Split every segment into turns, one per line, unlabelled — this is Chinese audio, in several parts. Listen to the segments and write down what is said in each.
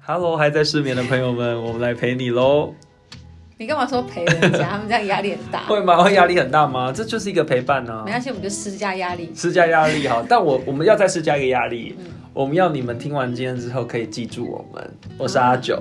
Hello，还在失眠的朋友们，我们来陪你喽。
你干嘛说陪 人家？他们这样压力很大。
会吗？会压力很大吗？这就是一个陪伴啊
没。关系，我们就施加压力。
施加压 力哈，但我我们要再施加一个压力
嗯，
我们要你们听完今天之后可以记住我们。我是阿九，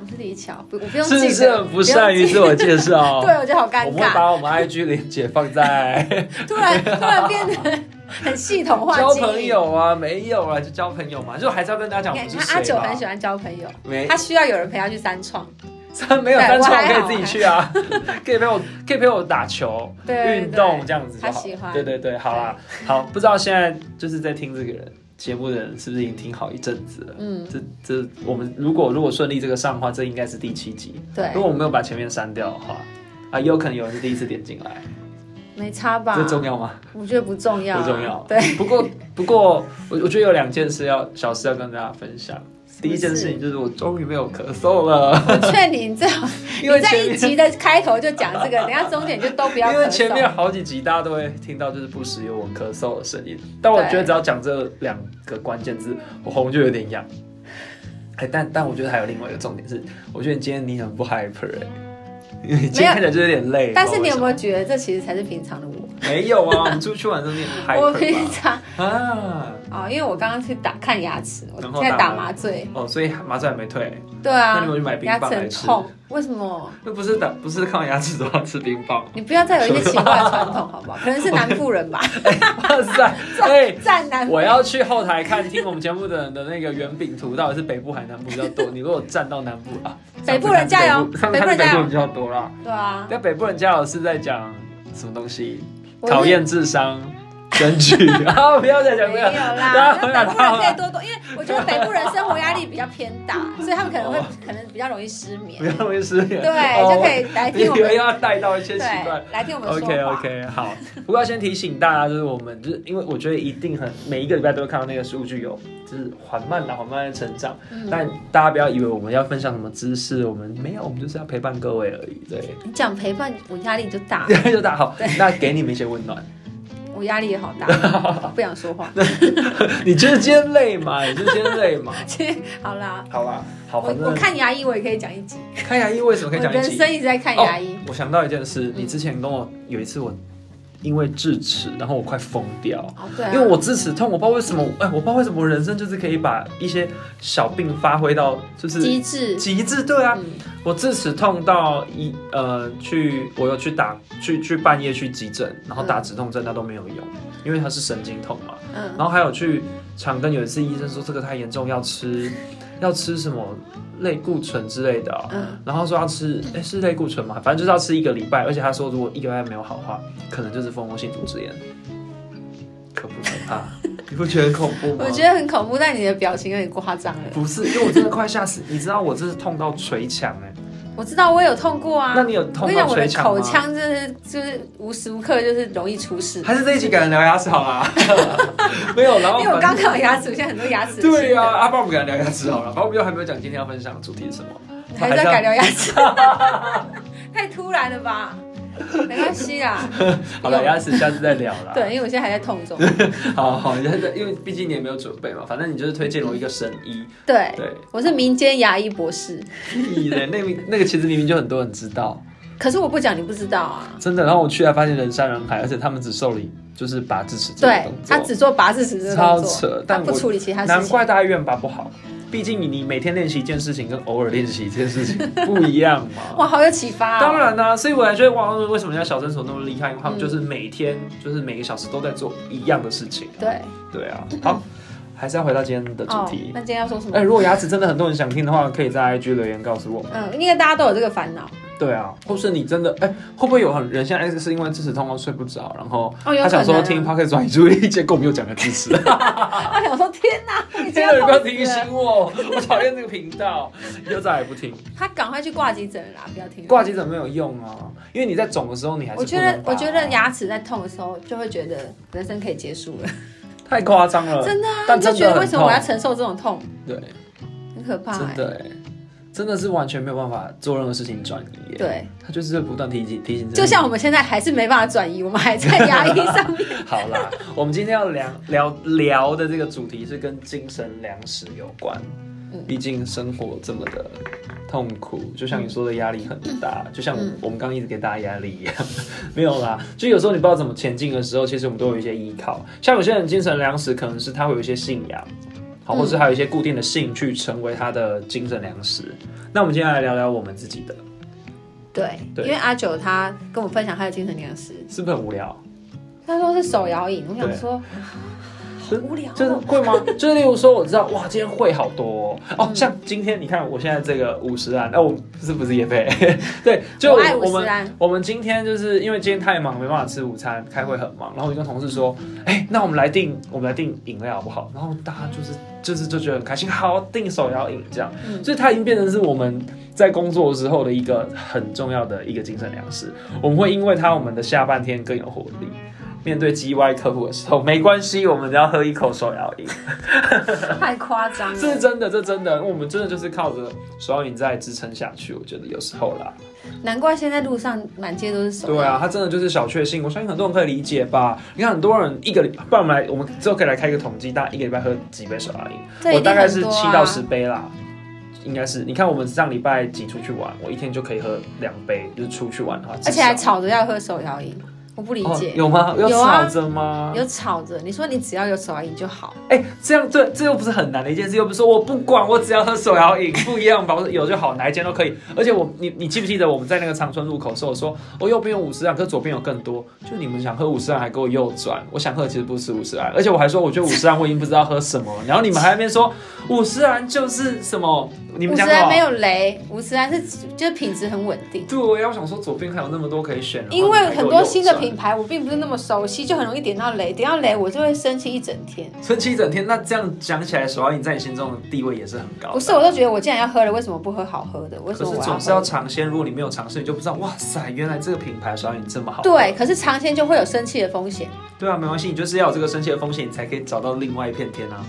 我是李巧，嗯不，我不用
是
记得。
不是很不善于
不用记
自 我介绍？
对，我觉得好
我
尴
们会
尬，
把我们 IG 连接放 在
突然突然变 得很系统化。
交朋，友啊，没有啊，就交朋友嘛，就还是要跟大家
你
讲我
看
们是
你看
谁哎
阿九
嘛。
很喜欢交朋友，
没
他需要有人陪他去三创。
三没有
对
单
我
创
还好
可以自己去啊， 可以陪我可以陪我打球、
对对
运动这样子就
他
好
喜欢
对对对，好啦，好，不知道现在就是在听这个人节目的人是不是已经听好一阵子了？
嗯，
这这，我们如果如果顺利这个上的话，这应该是第七集。
对
如，果我们没有把前面删掉的话，啊，也有可能有人是第一次点进来，
没差吧？
这重要吗？
我觉得不重要啊，
不重要
对，
不过不过，我我觉得有两件事要小事要跟大家分享。第一件事情就是我终于没有咳嗽 了，
我劝你，你最好
因为
你在
前
一
面
集的开头就讲这个，等一下中间就都不要咳嗽。
因为前面好几集大家都会听到就是不时有我咳嗽的声音，但我觉得只要讲这两个关键字，我喉咙就有点痒。哎、但但我觉得还有另外一个重点是，我觉得你今天你很不 hyper 哎、因为你今天看起来就有点累。
但是你有没
有？
有觉得这其实才是平常的我？
没有啊，我们出去玩都有点
我平
hyper
常
吧？啊，
啊、因为我刚刚去打看牙齿，我
然后
现在
打
打
麻
麻醉，
哦，所以麻醉还没退，
对
那
啊
你有没，有去买冰
牙
棒
齿
来
很
吃？
痛，为什么？
那不是打，不是抗牙齿都要吃冰棒。
你不要再有一些奇怪的传统，好不好？可能是南部 人吧，
哇塞， 哎、
站南部
我要去后台看听我们节目的人的那个圆饼图，到底是北部还南部比较 多？你如果站到南部啊，
北部人加油
上次看是
北部人加
北
油
部人比较多啦。
对啊，
但北部人加油是在讲什么东西？
我是
考验智商、争 取 啊！不要再讲这
没有
个，
啦，
大家回来
那北部人可以多多，因为我觉得北部人生活压力比较偏大，所以他们可能会可能比较容易失
哦不
眠，
要为失言。
对，
哦
就可。以来听我
你 以为
们，
要带到一些奇怪
对，来听我们说
OK
话。
OK，好。不过要先提醒大家，就是我们就是因为我觉得一定很每一个礼拜都会看到那个数据有就是缓慢的缓慢的成长，
嗯
但大家不要以为我们要分享什么知识，我们没有，我们就是要陪伴各位而已。对，
你讲陪伴，我压力就大，
就大家好，那给你们一些温暖。
我压力也好大，不想说话。
你就是今天累嘛？你就是今天累嘛？
好啦，
好啦，好，
我
反
我
正
看牙医我也可以讲一集，
看牙医为什么
我
可以讲一哦
人
起？
生一直在看牙医。
我想到一件事，你之前跟我有一次我因为智齿，然后我快疯掉。
哦，对、啊，
因为我智齿痛，我不知道为什么，哎，我不知道为什么我人生就是可以把一些小病发挥到就是
机智，
极致，对啊，
嗯，
我智齿痛到一呃去，我有去打去去半夜去急诊，然后打止痛针它都没有用，因为它是神经痛嘛。然
嗯
后还有去长庚有一次医生说这个太严重，要吃要吃什么类固醇之类的啊、
嗯，
然后说要吃，哎、是类固醇嘛，反正就是要吃一个礼拜，而且他说如果一个礼拜没有好的话，可能就是蜂窝性组织炎，可不可怕？你不觉得很恐怖吗？
我觉得很恐怖，但你的表情有点夸张了。
不是，因为我真的快吓死，你知道我这是痛到捶墙哎、
我知道我有痛过啊，
那你有
我跟
痛
你
到
讲，我
捶
的
墙吗？
口腔就是就是无时无刻就是容易出事，
还是这一集改成聊牙齿好啦， 没有，然后
因为我
反正
刚看到牙齿，我现在很多牙齿。
对啊呀、，阿爸我们改成聊牙齿好了，反正我们又还没有讲今天要分享的主题是什么，
还是要改聊牙齿，太突然了 吧？没关系啦，
好了，牙齿下次再聊啦。
对，因为我现在还在痛中。
好好，因为因为毕竟你也没有准备嘛，反正你就是推荐了我一个神医，
对，
对，
我是民间牙医博士，
屁嘞，那明那个其实明明就很多人知道，
可是我不讲你不知道啊。
真的。然后我去还发现人山人海，而且他们只受理就是拔智齿这个
对
动作，
他只做拔智齿这个
超
动作，
扯。
他
但
不
我
处理其他事
难
情。
怪大医院拔不好，毕竟你你每天练习一件事情跟偶尔练习一件事情不一样嘛。
哇，好有启发、哦！
当，然啦、所以我才觉得哇，为什么人家小诊所那么厉害？因为他们
嗯
就是每天、就是每个小时都在做一样的事情。
对
对啊，好，还是要回到今天的主
哦。
题
那。今天要说什么？
哎、如果牙齿真的很多人想听的话，可以在 IG 留言告诉我们。
嗯，应该大家都有这个烦恼
对 啊，或是你真的哎、会不会有很人现在是因为智齿痛到睡不着，然后
哦，有
他
可能、
想
啊。
说听 podcast 转移注意力，结果我们又讲了智 齿。
他哎想说天 哪，你
真
真
的
的
不要提醒我，我讨厌这个频道，又再也不听。
他赶快去挂急诊啦，不要听。
挂急诊没有用啊，因为你在肿的时候你还是
我
不
觉
能
得，
拔
我觉得牙齿在痛的时候，就会觉得人生可以结束了。
太夸张了，
真啊
的、但
你就
真
觉
的
得为
很
什么
痛
我要，承受这种痛？
对，
很可怕、
真
欸。
的哎、真的是完全没有办法做任何事情转移、欸，
对，
他就是不断提醒提醒自己。
就像我们现在还是没办法转移，我们还在牙医上面。
好啦，我们今天要聊聊聊的这个主题是跟精神粮食有关。
嗯
毕竟生活这么的痛苦，就像你说的压力很大，就像我
嗯
我们刚刚一直给大家压力一样， 没有啦。就有时候你不知道怎么前进的时候，其实我们都有一些依靠。像有些人精神粮食可能是他会有一些信仰，好，
嗯
或是还有一些固定的兴趣成为他的精神粮食。那我们今天来聊聊我们自己的，
对，
对
因为阿九他跟我分享他的精神粮食，
是不是很无聊？
他说是手摇饮，我想
对
说 好无聊、
就是
哦，
会 吗？就是例如说，我知道哇，今天会好多哦。
嗯
哦像今天你看，我现在这个五十啊，那、我是不是也被？ 对，就
我爱五
我
十
们
兰，
我们今天就是因为今天太忙，没办法吃午餐，开会很忙，然后我就跟同事说，哎、那我们来订，我们来订饮料好不好？然后大家就是就是就觉得很开心，好订手摇饮这样，
嗯
所以它已经变成是我们在工作的时候的一个很重要的一个精神粮食。我们会因为它，我们的下半天更有活力。面对 G Y 客户的时候，没关系，我们只要喝一口手摇饮，
太夸张
这是
了。
真的，这真的，我们真的就是靠着手摇饮在支撑下去。我觉得有时候啦，
难怪现在路上满街都是手摇。
对啊，，它真的就是小确幸，我相信很多人可以理解吧。你看，很多人一个礼拜，不然我们来，我们之后可以来开一个统计，大家一个礼拜喝几杯手摇饮。
这
我
一定
大概
很
是
多
七
啊。
到十杯啦，应该是。你看我们上礼拜几出去玩，我一天就可以喝两杯，就是出去玩的话，
而且还
至少
吵着要喝手摇饮，我不理
哦、
解。
有吗？有
有啊
吵着吗？
有吵着，你说你只要有手摇饮就好，
哎、这样对，这又不是很难的一件事，又不是说我不管，我只要喝手摇饮，不一样吧？我说有就好，哪一间都可以。而且我，你你记不记得我们在那个长春路口的时候，我说我右边有五十兰，可是左边有更多。就你们想喝五十兰，还给我右转。我想喝的其实不是五十兰，而且我还说我觉得五十兰我已经不知道喝什么了，然后你们还在那边说五十兰就是什么？你
五
们
十
讲好
安没有雷，五十安是就是品质很稳定。
对，我要想说左边还有那么多可以选，
因为很多新的
品，
品牌我并不是那么熟悉，就很容易点到雷，点到雷我就会生气一整天。
撑起一整天。那这样讲起来，手摇饮在你心中的地位也是很高的。
不是，我都觉得我既然要喝了，为什么不喝好喝的？为什
可
么
是
我
总是
要
要
喝？
尝鲜，如果你没有尝试，你就不知道。哇塞，原来这个品牌手摇饮这么好。
对，啊可是尝鲜就会有生气的风险。
对啊，没关系，你就是要有这个生气的风险，你才可以找到另外一片天啊，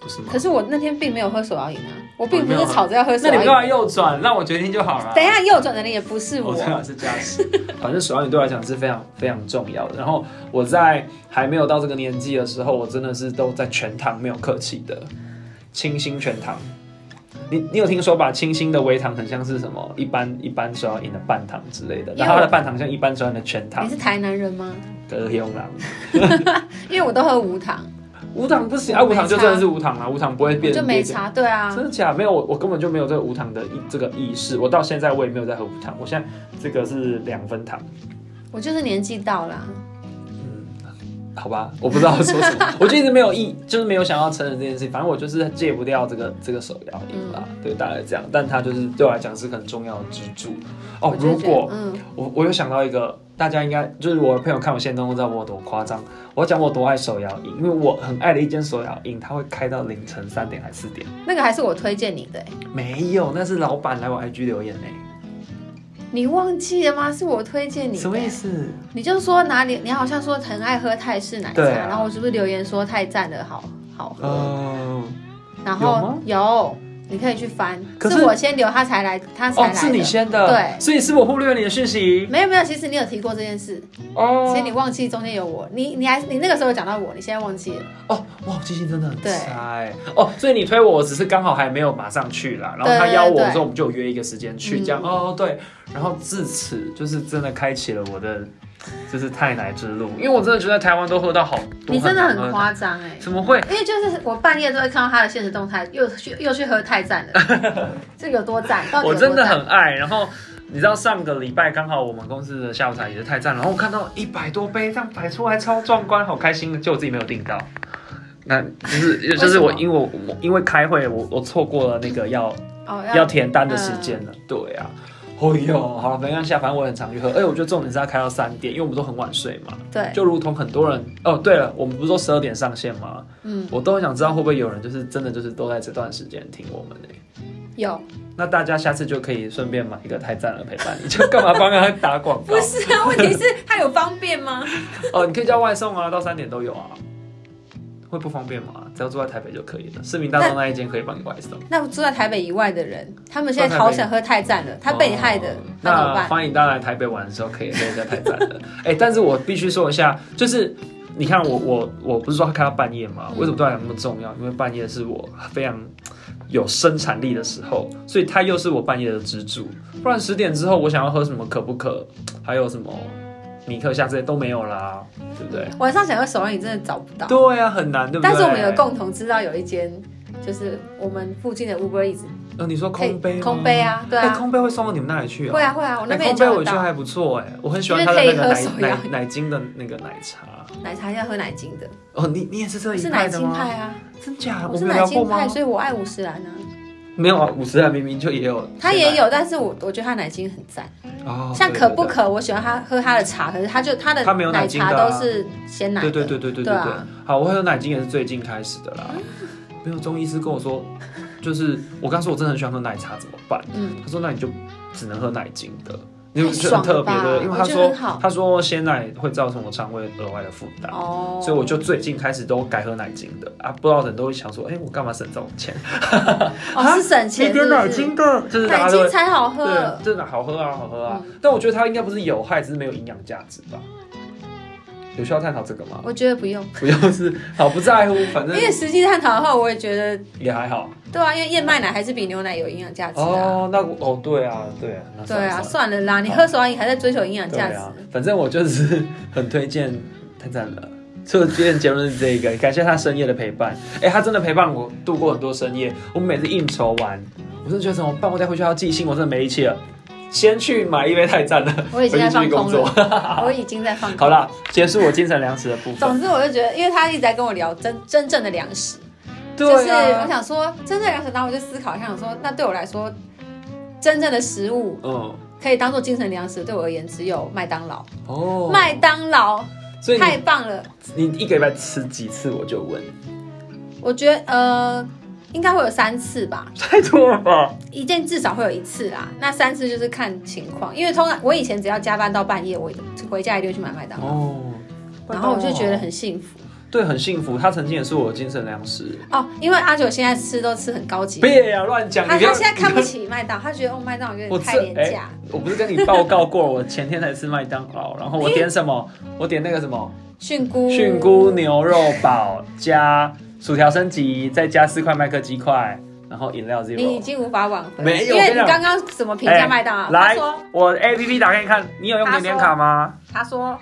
不是吗
可？是我那天并没有喝手摇饮啊，我并不
哦没
是
有啊
吵着要喝手
那你
摇
们
饮。
干嘛右转？让我决定就好了。
等一下右转的人也不是我
我，最好是加十。反正手摇饮对我来讲是非常非常重要的。然后我在还没有到这个年纪的时候，我真的是都在全糖没有客气的，清新全糖。你你有听说吧？清新的微糖很像是什么一般一般手摇饮的半糖之类的，
因为
然后它的半糖像一般手摇饮的全
你
糖，
是台南人吗？
隔用啦。
因为我都喝无糖，
无糖不行啊，
我
无
没
糖就
差
真的是无糖啊，无糖不会
我
变
就没。差。对啊
变，真的假的？没有，我我根本就没有这个无糖的意这个意识，我到现在我也没有在喝无糖，我现在这个是两分糖。
我就是年纪到了啊，
好吧，我不知道说什么，我就一直没有意， 就是没有想要承认这件事情。反正我就是戒不掉这个这个手摇饮啦，
嗯
对，大概这样。但它就是对我来讲是很重要的支柱。哦
我，就
如
觉得
果
嗯，
我我有想到一个，大家应该就是我的朋友看我现动都知道我有多夸张。我要讲我多爱手摇饮，因为我很爱的一间手摇饮，它会开到凌晨三点还是四点。
那个还是我推荐你的欸、
没有，那是老板来我 IG 留言呢、
你忘记了吗？是我推荐你的欸、
什么意思？
你就说哪里，你好像说很爱喝泰式奶茶，
对啊
然后我是不是留言说太赞了，好好喝？
哦，
然
有
后
吗
有，你可以去翻，
可是
是我先留他才来，他才
哦
来，的。
是你先的，
对
所以是我忽略了你的讯息
没有没有，其实你有提过这件事，
哦。
所以你忘记中间有
嗯
我，你你还你那个时候有讲到我，你现在忘记了。
哦，哇，记性真的很差哎。哦，所以你推我，我只是刚好还没有马上去啦。然后
对
他邀我
对
的时候，我们就有约一个时间去，
嗯
这样、哦对。然后自此就是真的开启了我的就是太奶之路，因为我真的觉得台湾都喝到好多，
你真的很
难喝
夸张哎
的，。怎么会？
因为就是我半夜都会看到他的现实动态，又去又去喝泰赞了， 这个有多赞？到底
我
有多
真
赞
的很爱。然后你知道上个礼拜刚好我们公司的下午茶也是太赞，然后我看到一百多杯这样摆出来，超壮观，好开心的。就我自己没有订到，那就是
么
就是我因为我我因为开会，我我错过了那个要
哦
要填单的时间了。
嗯
对啊。哦哟，好了，没关系啊，反正我很常去喝，而且我觉得重点是要开到三点，因为我们都很晚睡嘛，
对，
就如同很多人哦，对了，我们不是说十二点上线吗？
嗯，
我都很想知道会不会有人就是真的就是都在这段时间听我们呢、
有
那大家下次就可以顺便买一个太赞了陪伴你，就干嘛帮他打广告
不？是啊？问题是他有方便吗？
哦，你可以叫外送啊，到三点都有啊。会不方便吗？只要住在台北就可以了。市民大道那一间可以帮你外送。
那住在台北以外的人，他们现在好想喝泰赞了，他被你害的
哦，
那怎么
那
办？
欢迎大家来台北玩的时候可以喝一下太赞了。 哎、但是我必须说一下，就是你看我我我不是说开到半夜吗？
嗯
为什么对我来讲那么重要？因为半夜是我非常有生产力的时候，所以它又是我半夜的支柱。不然十点之后我想要喝什么可不可，还有什么米克夏这些都没有啦，对不对？
晚上想要手摇饮真的找不到。
对呀、很难，对不对？
嗯但是我们有共同知道有一间，就是我们附近的 Uber 一直
呃，你说
可以
空杯吗
空杯，啊，对
哎、
啊，
空杯会送到你们那里去啊？
会啊会啊，我那
哎
边也
空杯
叫
我
得
觉得
到。
还不错哎，我很喜欢
就是
它的那
可以
个
喝
奶
手摇
奶奶精的那个奶茶。
奶茶要喝奶精的，
哦，你你也是这
我
一
是
派
奶
的
精
吗？
派啊，
真假？
我是
没有
奶
聊过
精
吗
派，？所以我爱五十岚啊。
没有啊，五十岚明明就也有，
它也有，但是我我觉得它奶精很赞，
哦，
像
对
可不，可，我喜欢它喝它的茶，可是它就它的
它没有奶精的
茶
啊
都是鲜奶的，
对对对对对对对
对
对
啊。嗯
好，我喝奶精也是最近开始的啦。没有中医师跟我说，就是我刚说我真的很喜欢喝奶茶，怎么办？
嗯，
他说那你就只能喝奶精的，你就
太
觉得
爽
很特别
了
的，因
吧
为
我
他
觉得
说
很好
他说鲜奶会造成我肠胃额外的负担。
哦，
所以我就最近开始都改喝奶精的啊，不知道人都会想说，哎、我干嘛省这种钱？啊
哦是省钱，是不是
的，就是大家
奶
都
精嗯
会
才好喝
对，，真的好喝啊，好喝啊。但我觉得它应该不是有害，只是没有营养价值吧？有需要探讨这个吗？
我觉得不用。
不用是好不在乎，反
因
正
为实际探讨的话，我也觉得
也还好。
对啊，因为燕麦奶还是比牛奶有营养价值啊。
哦，那我哦对啊，对啊，那算
对
了算了
啊，算了啦，你喝手摇饮还在追求营养
对
价值，
啊，反正我就是很推荐，太赞了。所以我今天的结论是这个， 感谢他深夜的陪伴。哎、他真的陪伴我度过很多深夜。我每次应酬完，我真的觉得怎么办？我再回去还要寄信，我真的没力气了。先去买一杯太赞了，
我已经在
回去继
放
续工
空
作。
了， 我已经在放空。
好，啦，结束我精神粮食的部分。
总之我就觉得，因为他一直在跟我聊真真正的粮食，就是
对
我
啊，
想说真正的粮食，然后我就思考一下，我说那对我来说，真正的食物
嗯，
可以当做精神粮食，对我而言只有麦当劳。
哦，
麦当劳
所以
太棒了，
你你一个礼拜吃几次？我就问，
我觉得呃应该会有三次吧，
太多了吧？
一件至少会有一次啦，那三次就是看情况，因为通常我以前只要加班到半夜，我回家一定会去买麦当劳，
哦，
然后我就觉得很幸福
对，很幸福。他曾经也是我的精神粮食。
哦，因为阿九现在吃都吃很高级，
别呀、乱讲！
他
你不
他
要
现在看不起麦当，他觉得哦麦当劳有
我这
点
哎
太廉价，
我不是跟你报告过，我前天才吃麦当劳，然后我点什么？我点那个什么
菌菇
菌菇牛肉堡加薯条升级，再加四块麦克鸡块，然后饮料
你已
zero。
经无法挽回，
没有
因为
我跟
你
你讲哎
刚刚怎么评价麦当劳？啊他
来
说，
我 A P P 打开你看，你有用
他
点点卡吗？
他说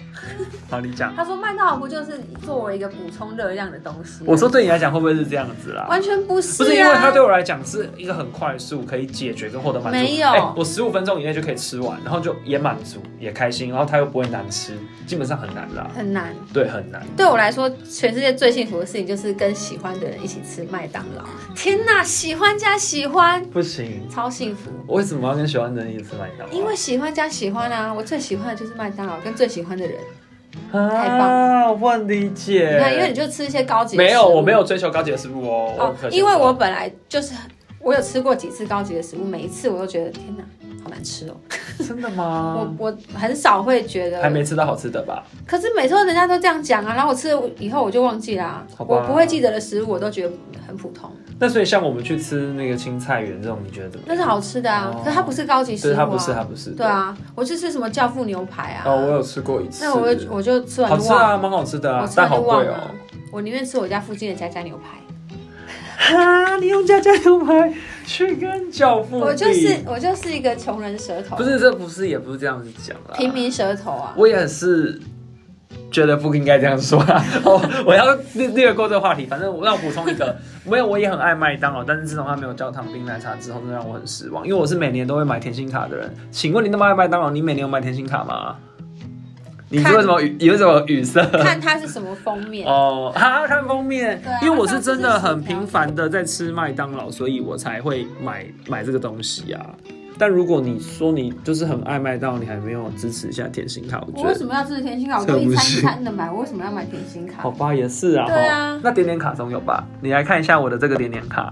好，你讲。
他说麦当劳不就是作为一个补充热量的东西？
我说对你来讲会不会是这样子啦？
完全不是、
不
啊，
是因为它对我来讲是一个很快速可以解决跟获得满足，
没有
哎我十五分钟以内就可以吃完，然后就也满足也开心，然后它又不会难吃，基本上很难啦，
很难。
对，很难。
对我来说，全世界最幸福的事情就是跟喜欢的人一起吃麦当劳。天哪，喜欢加喜欢，
不行，
超幸福！
我为什么要跟喜欢的人一起吃啊麦当劳？
因为喜欢加喜欢啊，我最喜欢的就是麦当劳跟最喜欢的人。太
啊，我不能理解。
你看，因为你就吃一些高级的
没有，
食物啊
我没有追求高级的食物哦。
哦
可，先
因为
说
我本来就是我有吃过几次高级的食物，每一次我都觉得天哪，好难吃哦。
真的吗？
我我很少会觉
嗯还
得，
没吃到好吃的吧？
可是每次人家都这样讲啊，然后我吃了以后我就忘记啦、
好吧
我不会记得的食物我都觉得很普通。
那所以像我们去吃那个青菜园这种，你觉得怎么
那
样？
是好吃的啊，
哦
可是它不是高级食
对，
物啊。
它不是，它不是。
对啊，我去吃什么教父牛排啊，
哦，我有吃过一次。
那我就我就吃完
好
就
吃
忘了，
啊，蛮好吃的
我
啊，
吃
但
完
好
就忘
贵
了，
哦。
我宁愿吃我家附近的家家牛排，
哈，你用家家牛排去跟教父比？
我就是我就是一个穷人舌头
不，是这不是也不是这样子讲啦。
平民舌头啊，
我也是觉得不应该这样说啦。 哦，我要略略过这个话题。反正我让我补充一个， 没有，我也很爱麦当劳，但是自从它没有焦糖冰奶茶之后，真的让我很失望。因为我是每年都会买甜心卡的人。请问你那么爱麦当劳，你每年有买甜心卡吗？你是
看
为什么语？你为什么语塞？
看它是什么封面。
哦， 哈，看封面
对啊，
因为我是真的很频繁的在吃麦当劳，所以我才会买买这个东西啊。但如果你说你就是很爱麦当劳，你还没有支持一下甜心卡，我
我
觉
为
得
什么要吃甜心卡？我
这
都
不
一餐
是
一餐 的买，我为什么要买甜心卡
好？吧，也是啊。
对啊
吼那点点卡总有吧？你来看一下我的这个点点卡，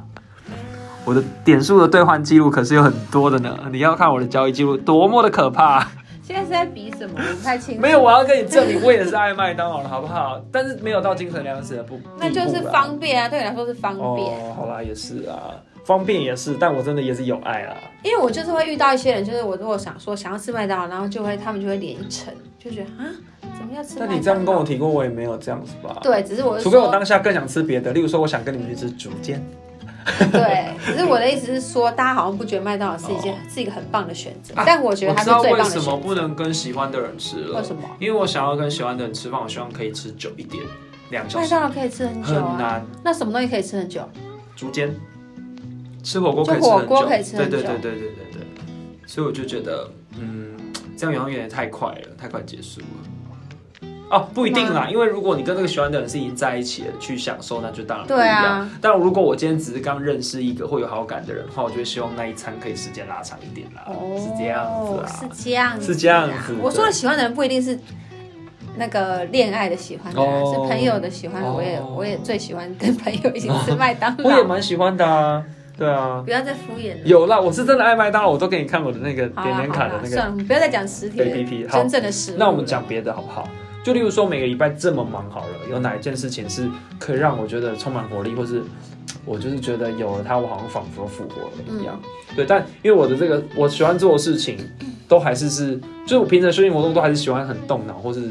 我的点数的兑换记录可是有很多的呢。你要看我的交易记录，多么的可怕！
现在是在比什么？我不太清 楚。
没有，我，要跟你证明，我也是爱麦当劳的，好不好？但是没有到精神粮食的不，
那就是
地步啦
方便啊，对你来说是方便。
哦，好啦，也是啊，方便也是，但我真的也是有爱啊啦。
因为我就是会遇到一些人，就是我如果想说想要吃麦当劳，然后就会他们就会脸一沉，就觉得啊，怎么要吃麦
但
当劳？
你这样跟我提过，我也没有这样子吧？
对，只是我是
除非我
说
当下更想吃别的，例如说我想跟你们去吃竹间，
对，只是我的意思是说，大家好像不觉得麦当劳是一件、
哦
是一个很棒的选择，
啊
但我觉得
我
它
知
是
道
最棒
为
的
什
选
么
择。
不能跟喜欢的人吃了，
为什么？
因为我想要跟喜欢的人吃饭，我希望可以吃久一点，两小
麦
时
当劳可以吃很
很
久啊，
难。
那什么东西可以吃很久？啊
竹间吃火锅
就
可以吃
火
很
锅
久，
可以吃
对
很
对
久
对对对对对，所以我就觉得，嗯，这样好像有点太快了，太快结束了。哦，不一定啦，因为如果你跟这个喜欢的人是已经在一起了，去享受，那就当然不一
对
样。
啊，
但如果我今天只是刚认识一个会有好感的人的话，我就会希望那一餐可以时间拉长一点啦，是这样子啦。
哦是这样子啊，
是这样子
我说的喜欢的人不一定是那个恋爱的喜欢的人，啊
哦
是朋友的喜欢的。我也
哦
我也最喜欢跟朋友一起吃麦当
我也
劳。
蛮喜欢的啊，对啊，
不要再敷衍了。
有啦，我是真的爱麦当劳，我都给你看我的那个
好
点
啦
点卡的
好啦啊
那
算
个。
了，我们不要再讲实体的
APP 好
真正的食物了。
那我们讲别的好不好？就例如说每个礼拜这么忙好了，有哪一件事情是可以让我觉得充满活力，或是我就是觉得有了它，我好像仿佛复活了一
嗯
样。对，但因为我的这个我喜欢做的事情，都还是是，就是我平时的休闲活动都还是喜欢很动脑，或是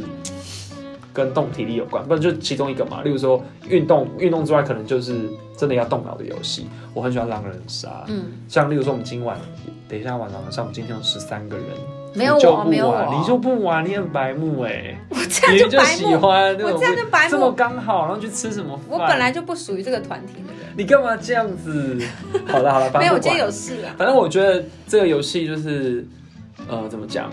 跟动体力有关，不然就其中一个嘛。例如说运动，运动之外可能就是真的要动脑的游戏，我很喜欢狼人杀。
嗯，
像例如说我们今晚，等一下玩狼人杀，我们今天有十三个人。
没有
你就
我，
不
没有我，
玩，你就不玩，你很白目哎、
我这样
你
就白
喜
目，
欢那
我
种
这样就白
这么
目。
刚好，然后去吃什么饭？
我本来就不属于这个团体的人，
你干嘛这样子？ 好了好了，反
没
正
有，
不
我今
管
天有事啊。
反正我觉得这个游戏就是，呃，怎么讲？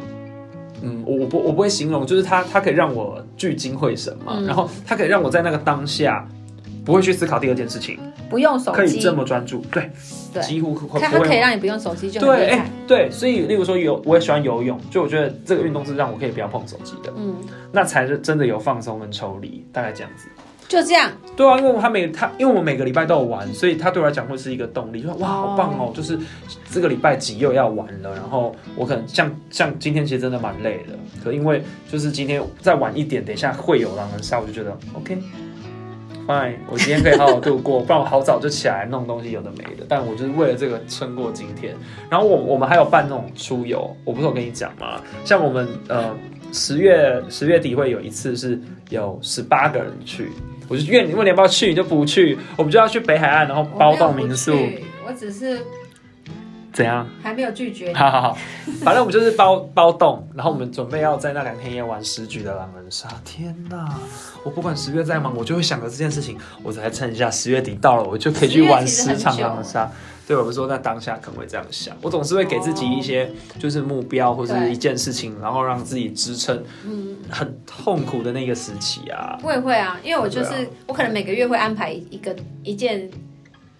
嗯，我我不我不会形容，就是它它可以让我聚精会神嘛，
嗯
然后它可以让我在那个当下不会去思考第二件事情，
不用手
可以
机，
这么专注，对，
对
几乎会
它
不
它可以
会。
让你不用手机就很
对，
厉
哎、
害。
对，所以例如说游，我也喜欢游泳，就我觉得这个运动是让我可以不要碰手机的，
嗯，
那才是真的有放松跟抽离，大概这样子。
就这样。
对啊，因为他每他，因为我每个礼拜都有玩，所以他对我来讲会是一个动力，就哇，
哦
好棒哦！就是这个礼拜几又要玩了，然后我可能像像今天其实真的蛮累的，可因为就是今天再晚一点，等一下会有狼人杀，我就觉得 OK。fine，我今天可以好好度过，不然我好早就起来弄东西，有的没的。但我就是为了这个撑过今天。然后我我们还有办那种出游，我不是有跟你讲吗？像我们呃十月十月底会有一次是有十八个人去，我就问你问你要不要去，你就不去，我们就要去北海岸，然后
我没有
包栋
不
民宿，
去，我只是
怎样？
还没有拒绝 你。
好好好，反正我们就是包包栋，然后我们准备要在那两天也玩十局的狼人杀。天哪！我不管十月再忙，我就会想着这件事情，我才撑一下十月底到了，我就可以去玩
十
十
月其实很
场
久
狼人杀。对，我是说在当下可能会这样想，我总是会给自己一些就是目标或是
对
一件事情，然后让自己支撑
嗯，
很痛苦的那个时期啊。
我也会啊，因为我就是、
对啊
我可能每个月会安排一个一件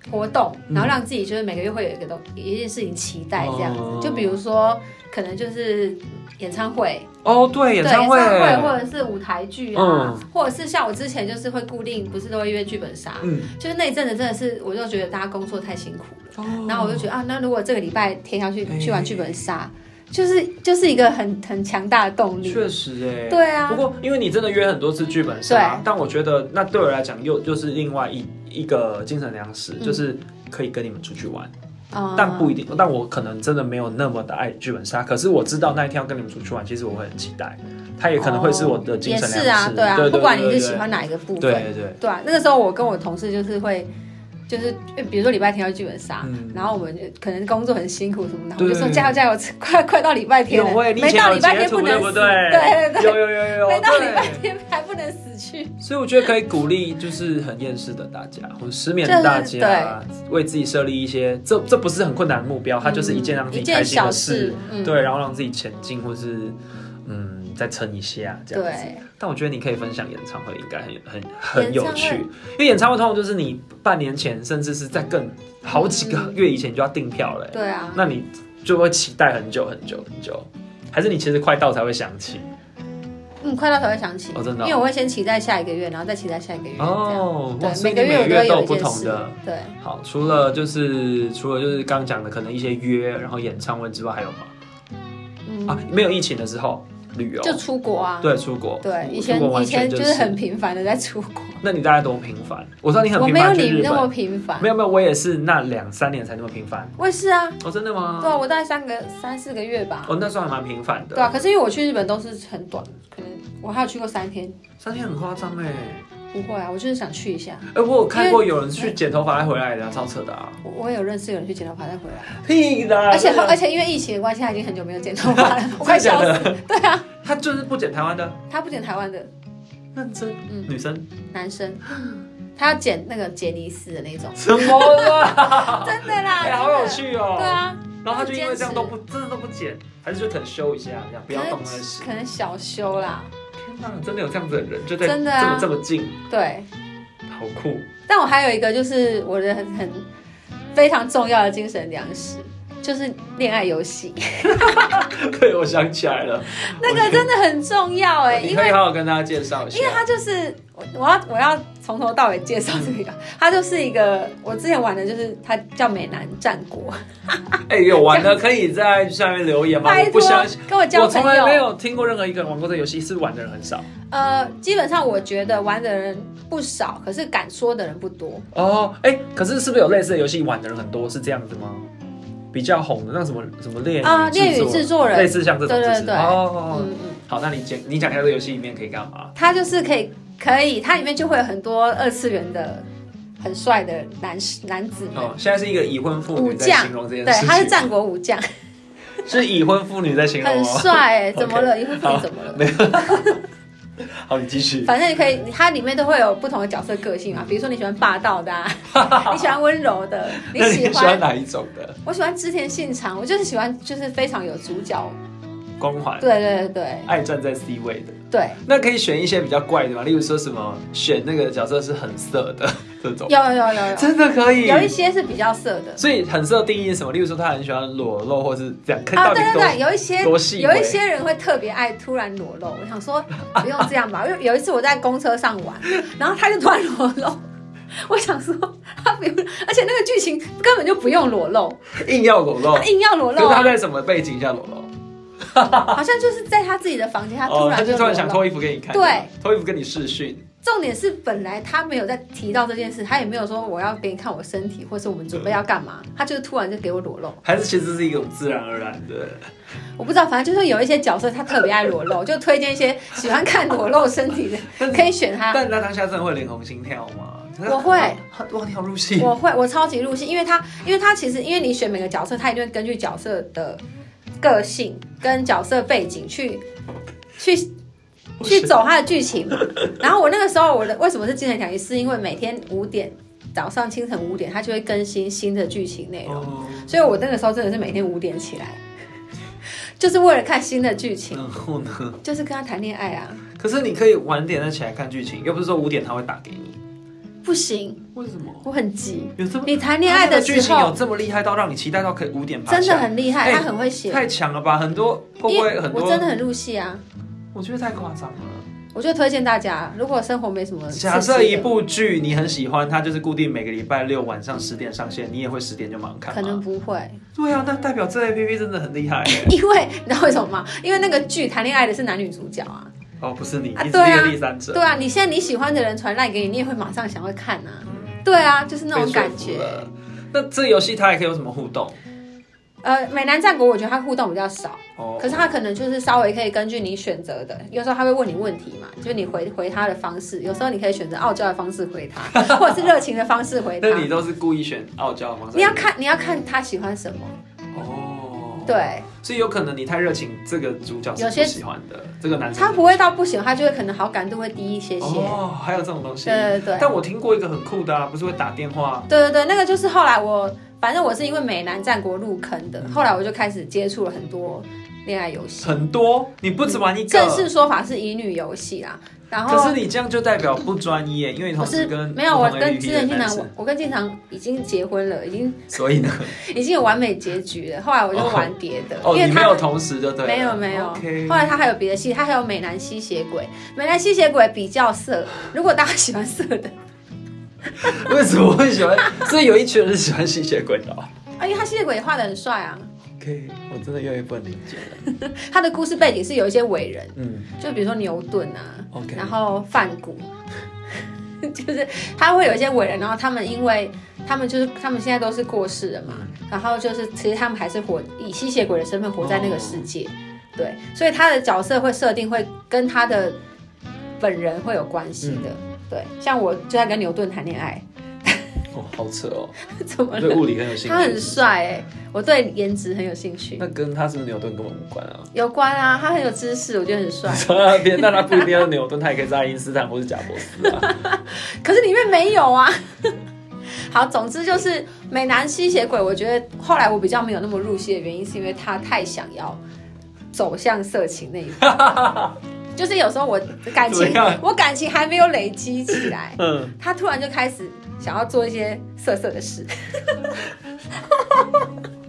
活动，
嗯
然后让自己就是每个月会有一个东一件事情期待这样子。
哦
就比如说，可能就是演唱会，
哦，对，演唱会，
对演唱会或者是舞台剧啊，
嗯
或者是像我之前就是会固定，不是都会约剧本杀，
嗯，
就是那一阵子真的是，我就觉得大家工作太辛苦了，
哦
然后我就觉得啊，那如果这个礼拜天要去
哎
去玩剧本杀，就是就是一个很很强大的动力。
确实哎、
对
不
啊，
过，因为你真的约很多次剧本杀
对，
但我觉得那对我来讲又又是另外一一个精神粮食，
嗯
就是可以跟你们出去玩，
嗯
但不一定，但我可能真的没有那么的爱剧本杀，可是我知道那一天要跟你们出去玩，其实我会很期待，它也可能会是我的精
也
神粮
是
食。
啊，对啊，
对
不管你是喜，欢哪一个部
对
分，
对对对对，
对啊，那个时候我跟我同事就是会，就是比如说礼拜天要剧本杀，
嗯
然后我们就可能工作很辛苦什么的，我
对
就说加油加油，快快到礼拜天
有
了，
喂，你以
没
前
到
有
礼拜天
截图
不
对
能死，
不对？
对对
有有有有有，
没到礼拜
对
天还不能死去，
所以我觉得可以鼓励，就是很厌世的大家，或者失眠的大家，为自己设立一些，这这不是很困难的目标，哦它就是一件让自
一
己
件
开心
小
的事，，
嗯，
对，然后让自己前进，或是嗯再撑一下这样子。
对，
但我觉得你可以分享演唱会，应该很很很有趣，
演唱
因为演唱会通常就是你半年前，甚至是在更好几个
嗯
月以前就要订票了、欸
对啊，
那你就会期待很久很久很久，还是你其实快到才会想起？
嗯，快到才会想起，
哦真的哦
因为我会先期待下一个月，然后再期待下一个月，这样，
哦，哇，
对，
所以
每
你
个
每
月
个月都
我都
有
有
不
一件
同
事
的。，
对，
好，除了就是除了就是刚刚讲的可能一些约，然后演唱会之外，还有吗？啊
嗯，，
没有疫情的时候旅游，
就出国啊，
对，出国，
对，以
出国
前
完
以前
全
就是
是
很。频繁的在出国，
那你大概多频繁？我知道你很
我
频
没有
繁去
你
日
那么
本，
频繁
没，有没有，我也是那两三年才那么频繁。
我也是啊，
哦，真的
对
吗？
啊，我大概三个三四个月吧。
哦，那时候还蛮频繁
对啊，
的，
可是因为我去日本都是很短，可能我还有去过三天，
三天很夸张哎。
不会啊，我就是想去一下。
哎、我有看过有人去剪头发再回来的、啊，超扯的啊！
我我也有认识有人去剪头发再回来，
屁啦！
而且
啊真的
而且因为疫情的关系，他已经很久没有剪头 发了，我快
真
笑
的
死。
假的
对啊，
他就是不剪台湾的，
他不剪台湾的
认真，
嗯
女生
男生，他要剪那个杰尼斯的那种，
什么 啦？
真的啦，
哎、
真的
好有。趣哦、
对。啊，
然后他就因为这样都不，真的都不剪，还是就可能修一下，这样不要动那个
可能小修啦，
天哪，真的有这样子的人，就在
真的
这么
啊
这么近，
对。
好酷！
但我还有一个就是我的很很非常重要的精神粮食，就是恋爱游戏，
哦对，我想起来了，
那个真的很重要哎、
哦你
因
可以啊
为
好好跟大家介绍一下
因为。它就是我我要我要从头到尾介绍这个，它就是一个我之前玩的就是它叫美男战 国，
哎、有玩的可以在下面留言吗？我
拜
不
托
相信，
跟我交
我
朋
从来没
友。
有听过任何一个人玩过这个游戏，是玩的人很少。
呃，基本上我觉得玩的人不少，可是敢说的人不多。
哦，哎、可是是不是有类似的游戏玩的人很多？是这样子吗？比较红的那什么什么恋
啊
恋
恋与制作人
类似像这种，
对对
就是
对
哦哦哦
嗯嗯。
好，那你讲你讲一下这个游戏里面可以干嘛？
它就是可以可以，它里面就会有很多二次元的很帅的男士男子们，
哦，现在是一个已婚妇
武
女在
将
形容这件
对
事，情，
他是战国武将，
是已婚妇女在形容
很
哦。
帅 哎、怎么了？一会变怎么了？
好，你继续。
反正你可以，它里面都会有不同的角色个性嘛，
嗯
比如说你喜欢霸道的、啊， 你喜欢温柔的，你
那
喜
你喜欢
欢。
哪一种的
我喜欢织田信长，我就是喜欢，就是非常有主角。
嗯光环？
对对对
爱站在 C 位的，
对，
那可以选一些比较怪的嘛，例如说什么选那个角色是很色的 这种，
有有有有
真的可以。
有，有一些是比较色的。
所以很色的定义是什么？例如说他很喜欢裸露，或是这样，看
啊，
到底
对对
多
对，有一些
多细微
有一些人会特别爱突然裸露。我想说不用这样吧，因 为有一次我在公车上玩，然后他就突然裸露，我想说他不用，而且那个剧情根本就不用裸露，
硬要裸露
他。硬要裸
可是
露
他
啊、
在什么背景下裸露？
好像就是在他自己的房间，他突
哦他
然
就
就
突
裸
然想
露。
脱衣服给你看，
对，
脱衣服跟你视讯，
重点是本来他没有在提到这件事，他也没有说我要给你看我身体，或是我们准备要干嘛，他就突然就给我裸露。
还是其实是一种自然而然的？
我不知道，反正就是有一些角色他特别爱裸露，就推荐一些喜欢看裸露身体的，可以选 他。
但他当下真的会脸红心跳吗？
我会，
哇，你好入戏。哦
我会，我超级入戏，因为他，因为他其实，因为你选每个角色，他一定会根据角色的个性跟角色背景去去去走他的剧情。然后我那个时候，我的为什么是精神条鱼，是因为每天五点早上清晨五点，他就会更新新的剧情内容，
哦，
所以我那个时候真的是每天五点起来，就是为了看新的剧情，
然后呢？
就是跟他谈恋爱啊，
可是你可以晚点再起来看剧情，又不是说五点他会打给你。
不行，
为什么？
我很急。
有这么
你谈恋爱
他那
的
个剧
时
情有
候
这么厉害到让你期待到可以五点爬
真
起
的
来？
很厉害，
哎
他很会写。
太强了吧？很多会不
因
会
为
很多？
我真的很入戏啊！
我觉得太夸张了。
我就推荐大家，如果生活没什么刺激的，
假设一部剧你很喜欢，它就是固定每个礼拜六晚上十点上线，你也会十点就马上看
可
吗？
能不会，
对啊，那代表这 A P P 真的很厉 害、欸。
因为你知道为什么吗？因为那个剧谈恋爱的是男女主角啊，
哦，不是你，
啊
你是
对
一
啊
个第三者。
对啊，你现在你喜欢的人传赖给你，你也会马上想要看啊，对啊，就是那种感
被说服
觉。
了。那这游戏它还可以有什么互动？
呃，美男战国我觉得他互动比较少，
哦，
可是他可能就是稍微可以根据你选择的，有时候他会问你问题嘛，就是你回回他的方式，有时候你可以选择傲娇的方式回他，或者是热情的方式回他
那。你都是故意选傲娇的方式？
你要看你要看他喜欢什么，
哦，，
对。
所以有可能你太热情，这个主角是
有
不
些
喜欢的，这个男生
他不会到不行，他就会可能好感度会低一些些。
哦，还有这种东西。
对对对
但我听过一个很酷的啊，不是会打电话，
对对对，那个就是后来我，反正我是因为美男战国入坑
嗯
的，后来我就开始接触了很多恋爱游戏。
很多，你不止玩一
正
个。
式说法是乙女游戏啦，然
可是
后
你这样就代表不专业，因为你
我
同时
是
跟
没有，我
不同
跟
APP
之
的
前经
男
常
生，
我跟经常已经结婚了，已经
所以呢，
已经有完美结局了。后来我就玩别的，
哦，
因为
你没
他
有同时就对了，
没有没有
OK，
后来他还有别的戏，他还有美男吸血鬼，美男吸血鬼比较色，如果大家喜欢色的，
为什么会喜欢？所以有一群人是喜欢吸血鬼的、哦。
啊，因为他吸血鬼也画的很帅啊，
OK，我真的越来越不能理解了。
他的故事背景是有一些伟人。
嗯
就比如说牛顿啊
OK
然后范谷， 就是他会有一些伟人，然后他们因为他们就是他们现在都是过世人嘛，然后就是其实他们还是活以吸血鬼的身份活在那个世
哦
界对，
嗯
所以他的角色会设定会跟他的本人会有关系的。对，像我就在跟牛顿谈恋爱，
哦，好扯哦，
怎么
我
了
对？物理很有兴趣。
他很帅哎、我对颜值很有兴趣，
那跟他是不是牛顿根本无关啊？
有关啊，他很有知识，我觉得很帅。
从 那边，但他不一定要牛顿，他也可以是爱因斯坦或是贾伯斯啊。
可是里面没有啊。 好，总之就是美男吸血鬼，我觉得后来我比较没有那么入戏的原因，是因为他太想要走向色情那一步， 就是有时候我感
怎么
情
样，
我感情还没有累积起来，
嗯，
他突然就开始想要做一些色色的事，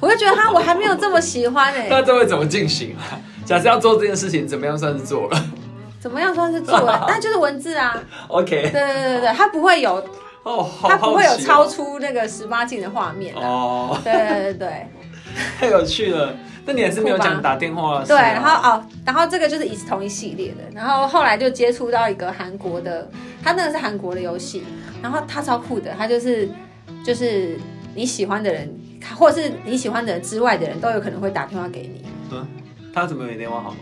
我就觉得他我还没有这么喜欢哎、
那这会怎么进行 啊？假设要做这件事情，怎么样算是做了
怎么样算是做了？但就是文字啊，对
？OK，
对对对对，他不会有
哦，好
它不会有
好奇哦
超出那个十八禁的画面啊。
哦，
对对对对
太有趣了。那你也是没有讲打电话啊？
对对，
是啊
然后哦，然后这个就是一同一系列的，然后后来就接触到一个韩国的，它那个是韩国的游戏，然后它超酷的，它就是就是你喜欢的人，或是你喜欢的人之外的人都有可能会打电话给你，
他怎么没电话号码？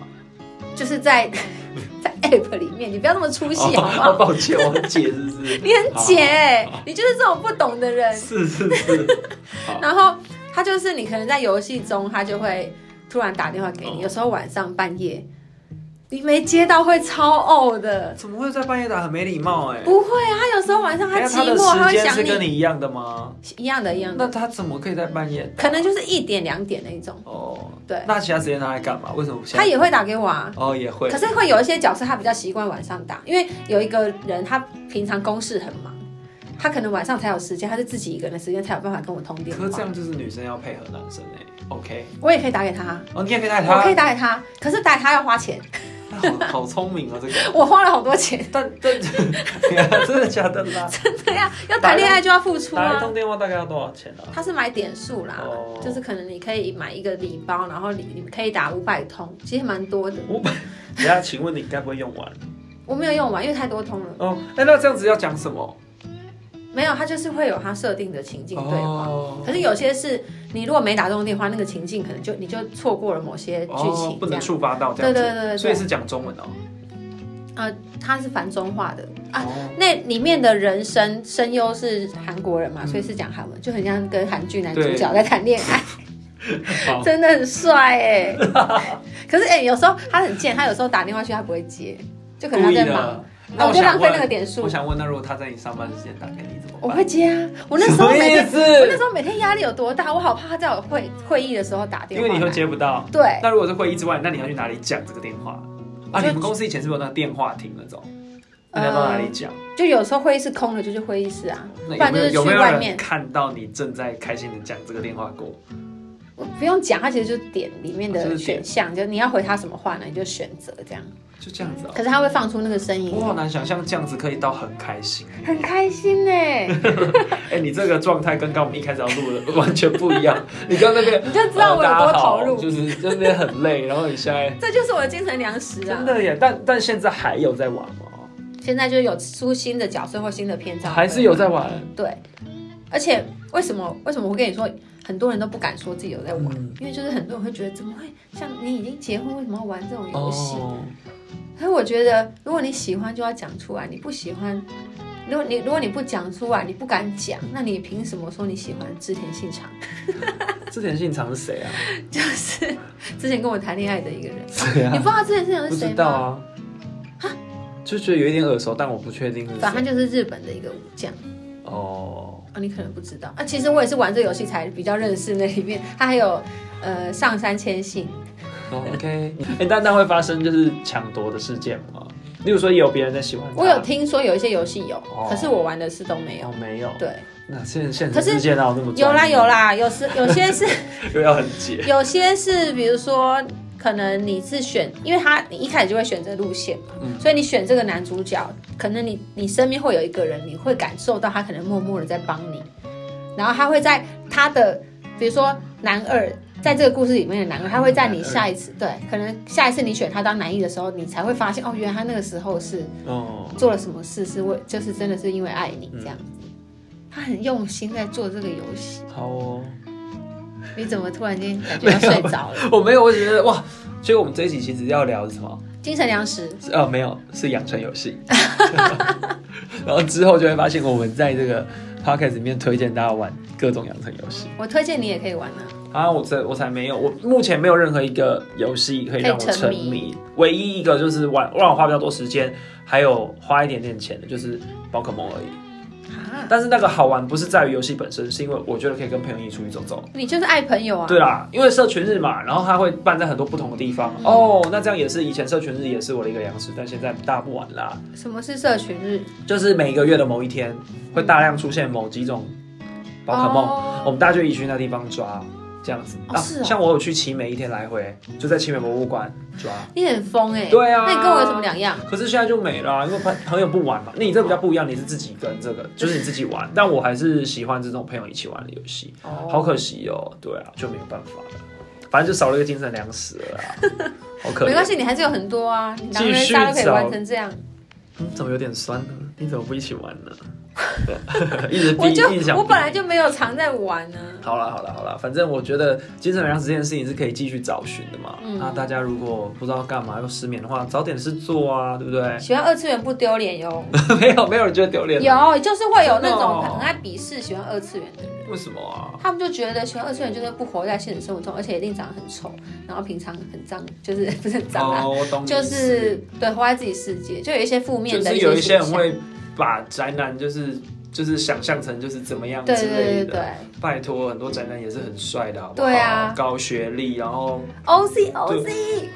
就是在 在 app 里面，你不要那么粗 细好不
哦，
好？
抱歉，我很解是不是？
你很解、你就是这种不懂的人。
是 是是，
然后他就是你可能在游戏中，他就会突然打电话给
哦
你，有时候晚上半夜你没接到会超呕的。
怎么会在半夜打？很没礼貌哎。
不会啊，他有时候晚上他
等一
寂
下的
寞，他
时
会
间是
想
跟你一样的吗？
一样的，一样
那
的，
他怎么可以在半夜？
可能就是一点两点那一种。
哦，
对，
那其他时间他在干嘛？为什么不想
他？也会打给我啊。
哦，也会
可。是会有一些角色他比较习惯晚上打，因为有一个人他平常公事很忙，他可能晚上才有时间，他是自己一个人的时间才有办法跟我通电
可是这
话。
样就是女生要配合男生哎、OK，
我也可以打给他，
哦，你也可以带
我
他
可以，打给他，可是打给他要花钱，
好好聪明哦，这个。
我花了好多钱。
但但 真的假的啦？
对呀、要谈恋爱就要付出
打一
啊。
通电话大概要多少钱啊？
他是买点数啦
哦
就是可能你可以买一个礼包，然后你你可以打五百通，其实蛮多的。
五百。等一下，请问你该不会用完？
我没有用完，因为太多通了。
哦，哎，那这样子要讲什么？
没有，他就是会有他设定的情境对话。
哦
可是有些是你如果没打中电话，那个情境可能就你就错过了某些剧
哦，
情
不
这
能
样。
触发到这样
对
子。
对对
所以
对对，
是讲中文哦。
呃，他是繁中化的啊。
哦，
那里面的人声声优是韩国人嘛，
嗯
所以是讲韩文，就很像跟韩剧男主
对
角在谈恋爱。
好，
真的很帅哎、 可是哎、欸有时候他很贱，他有时候打电话去他不会接，就可能
故
他
意
在忙，
的。
那我就浪费那个
问，
点
我
数。
想问，那如果他在你上班时间打给你怎么
我
办？
会接啊，我那时候
什么
每
意
天，我那
思？
时候每天压力有多大，我好怕他在我会会议的时候打
因
电话
为
来。
你会接不到。
对，
那如果是会议之外，那你要去哪里讲这个电话？啊，
就呃
你们公司以前是不是有那个电话亭那种？那你要到哪里讲？
就有时候会议室空了就去会议室啊，
那
不然
有没有
就是去
有没有
外面
人。看到你正在开心的讲这个电话过？
我不用讲，他其实就是点里面
哦就是
的
点
选项，就你要回他什么话呢，你就选择这样。
就这样子哦、
可是他会放出那个声音
我，好难想象这样子可以到很开心。
很开心欸呢、
哎、你这个状态跟刚我们一开始要录的完全不一 样。你刚那边哦
你就知道我有多投入。
就是就那边很累，然后你现 在
这就是我的精神粮食啊！
真的耶，但但现在还有在玩吗？
现在就是有出新的角色或新的篇章，
还是有在玩。
对。而且为什么为什么我跟你说，很多人都不敢说自己有在玩，
嗯
因为就是很多人会觉得怎么会像你已经结婚，为什么要玩这种游戏？
哦，
可是我觉得，如果你喜欢就要讲出来，你不喜欢，如果你如果你不讲出来，你不敢讲，那你凭什么说你喜欢织田信长？
之前信长是谁啊？
就是之前跟我谈恋爱的一个人，
谁啊
你不知道织田信长
不
是
知
谁
道
吗？
啊，就觉得有一点耳熟，但我不确定是
反正
谁。
他就是日本的一个武将。
哦，
啊，你可能不知道啊。其实我也是玩这游戏才比较认识那里面，它还有呃上山千信，
哦 OK，哎、但那会发生就是抢夺的事件吗？例如说，也有别人在喜欢他
我有听说有一些游戏有，
哦
可是我玩的是都没有
哦。没有？
对，
那现现
可
实
是
世界哪有那么
有啦
专业
有，啦，有时有些是
又要很解
有些是，比如说可能你是选，因为他你一开始就会选择路线嘛，
嗯
所以你选这个男主角，可能你你身边会有一个人，你会感受到他可能默默的在帮你，然后他会在他的，比如说男二。在这个故事里面的男二，他会在你
男二
下一次对，可能下一次你选他当男一的时候，你才会发现哦，原来他那个时候是
哦。
做了什么事，是为就是真的是因为爱你
嗯
这样子。他很用心在做这个游戏，
好哦，
你怎么突然间感觉要睡着了？
我没有，我只是觉得哇，所以我们这一集其实要聊的是什么？
精神粮食，
呃，没有，是养成游戏。 然后之后就会发现，我们在这个 podcast 里面推荐大家玩各种养成游戏。
我推荐你也可以玩啊。
啊，我才我才没有，我目前没有任何一个游戏可以让我
可
沉
以沉
迷。
迷
唯一一个就是玩让我花比较多时间，还有花一点点钱的，就是宝可梦而已。
啊，
但是那个好玩不是在于游戏本身，是因为我觉得可以跟朋友一起出去走走。
你就是爱朋友啊。
对啦，因为社群日嘛，然后它会办在很多不同的地
嗯
方。哦，那这样也是以前社群日也是我的一个粮食，但现在大家不玩啦。
什么是社群日？
就是每个月的某一天会大量出现某几种宝可梦，
哦
我们大家就一起去那地方抓，这样子啊
哦是哦
像我有去奇美一天来回，就在奇美博物馆抓。
你很疯哎、
对啊
那你跟我有什么两样？
可是现在就没了啊、因为朋朋友不玩嘛。那你这比较不一样，你是自己跟这个，就是你自己玩。但我还是喜欢这种朋友一起玩的游戏，
哦
好可惜哦。对啊，就没有办法了，反正就少了一个精神粮食了啦，好可
没关
怜。
系，你还是有很多啊，你狼
继
人
续
杀都可以
找
玩成这样。
嗯，怎么有点酸呢？你怎么不一起玩呢？一直逼，
我
一
就
直想逼。
我本来就没有常在玩呢、啊。
好了好了好了，反正我觉得精神粮食这件事情是可以继续找寻的嘛。
嗯
那大家如果不知道干嘛又失眠的话，找点事做啊，对不 对？
喜欢二次元不丢 脸哟，
没有没有人觉得丢脸，
有就是会有那
真的哦
种很爱鄙视喜欢二次元的人，
为什么啊？
他们就觉得喜欢二次元就是不活在现实生活中，而且一定长得很丑，然后平常很脏，就是不是很脏啊，
哦，我懂你
就
意思，
是对活在自己世界，就有一些负面
就
的
是有一些
些
人
形象。
会把宅男就是就是想象成就是怎么样之
对对
类
对对
的。
对
拜托，很多宅男也是很帅的，好不好？
对啊
高学历，然后
，OZ OZ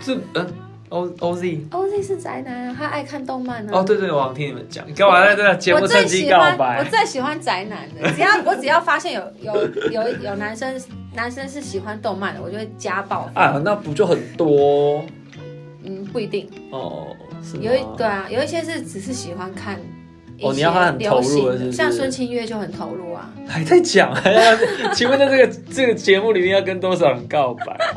这嗯。O O Z
OZ 是宅男啊，他爱看动漫啊。
哦，对对，我好像听你们讲，干嘛在这个节目
我
趁
最
机
喜
告
欢我
白？
最喜欢宅男的，只要我只要发现有有有有男生男生是喜欢动漫的，我就会家暴。
啊，那不就很多
嗯，不一定，
哦？是吗
有一对啊，有一些是只是喜欢看一些
哦
流行的。
你要他很投入了是不是
像孙清月就很投入啊。
还在讲， 还要请问在这个这个节目里面要跟多少人告白、 啊？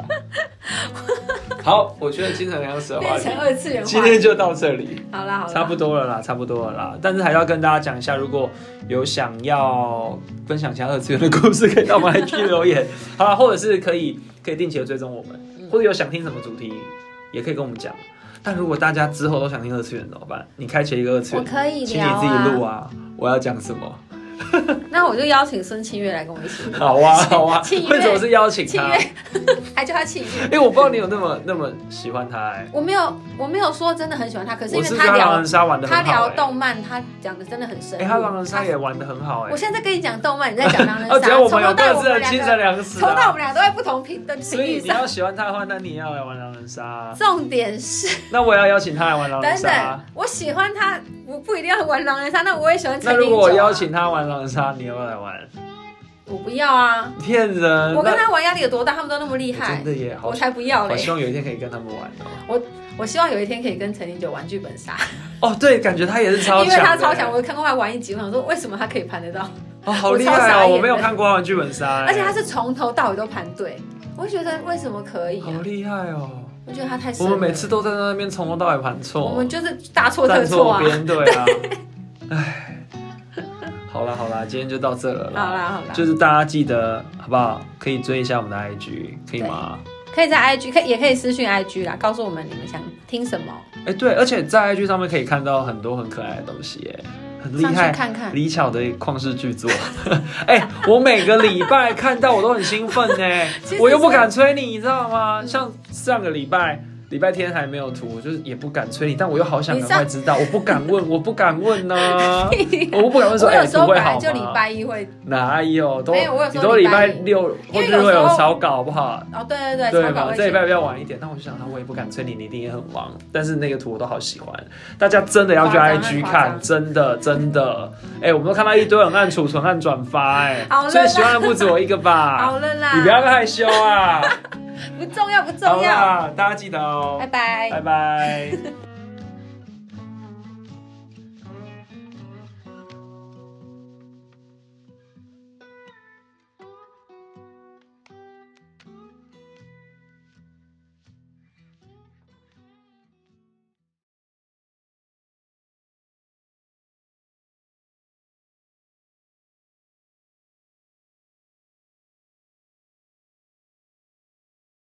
好，我觉得精神粮食的话
变
题
成二次元化
今天就到这里，
好啦好啦，
差不多了啦，差不多了啦。但是还要跟大家讲一下，如果有想要分享其他二次元的故事，可以到我们 IG 留 言，好啦，或者是可以可以定期的追踪我们，
嗯
或者有想听什么主题，也可以跟我们讲。但如果大家之后都想听二次元怎么办？你开启一个二次
我
元，
可以
请
聊
你自己录
啊。
啊，我要讲什么？
那我就邀请孙清月来跟我一起。
好 啊，好啊，
庆月
为什么是邀请
清
他？
月，还哎叫他清月。
因为我不知道你有那么那么喜欢他哎、
我没有，我没有说真的很喜欢他，可是
我
因
是
为
跟他狼
聊
人杀玩的
他
很好
聊
哎、
动漫，他讲的真的很深
哎、
入。
他狼人杀也玩的很好哎、
我现在在跟你讲动漫，你在讲 狼人
而且
杀，
我
从
们
头
有
到
各
我
自的
们
精
两
神
个，
粮食、
从头到我
啊，
们俩都在不同平的
所
频
以
率
你
上。
要喜欢他的话，那你也要来玩狼人杀、啊。
重点是，
那我也要邀请他来玩狼人
等
杀、啊
等，我喜欢他，我不一定要玩狼人杀，那我也喜欢陈
那
英九、
如
啊。
果我邀，请他玩狼人杀，你要不要来玩？
我不要啊！
骗人！
我跟
呃那
他玩压力有多大？他们都那么厉
我真
害，
的也好
我，才不要
好
嘞！
希望有一天可以跟他们玩哦。
我希望有一天可以跟陈英九玩剧本杀，
哦，对，感觉他也是超
因
强
为
的欸，
他超强，我看过他玩一集，我想说为什么他可以盘得到，
哦，好
我
厉
超
害
傻
哦！
眼
我没有
的
看过他玩剧本杀欸，
而且他是从头到尾都盘对，我就觉得为什么可以、
好
啊？
厉害哦。
我觉得他太神
我
了
们每次都在那边从头到尾盘错，
我们就是大错特
站
错
错
啊！
边，对啊，唉，好啦好啦，今天就到这了啦。
好啦好啦，
就是大家记得好不好？可以追一下我们的 IG，可以吗？
可以在 IG，可以也可以私讯 IG 啦，告诉我们你们想听什么，
哎、对，而且在 IG 上面可以看到很多很可爱的东西耶，很厉
上去
害。
看看。
李巧的旷世巨作， 哎、我每个礼拜看到我都很兴奋呢
其，实
我又不敢催你，你知道吗？
嗯
像上个礼拜。礼拜天还没有图，我就是也不敢催你，但我又好想
你
赶
上
快知道，我不敢 问，我不敢问呢、我不敢问说，
我
哎、
有时
图
候
会
本来
好
就礼
吗？
拜一会，
哪有都
没有我有时
你
候
都
礼
礼拜
拜
六或
因为
者会
有时
有
候
草稿，好不好？
哦对对对，
对
草稿
嘛？
会
这
写
礼。拜比较晚一点，但我就想，他我也不敢催你，你一定也很忙。但是那个图我都好喜欢，大家真的要去
夸张啊
IG
夸
看，
张
真的真的。哎、我们都看到一堆人按储存、按转发、
好
哎，
了
所以喜欢的不止我一个吧
好？了啦，
你不要害羞啊！
不重要不
好
重要，
啦，大家记得哦
拜，拜
拜。拜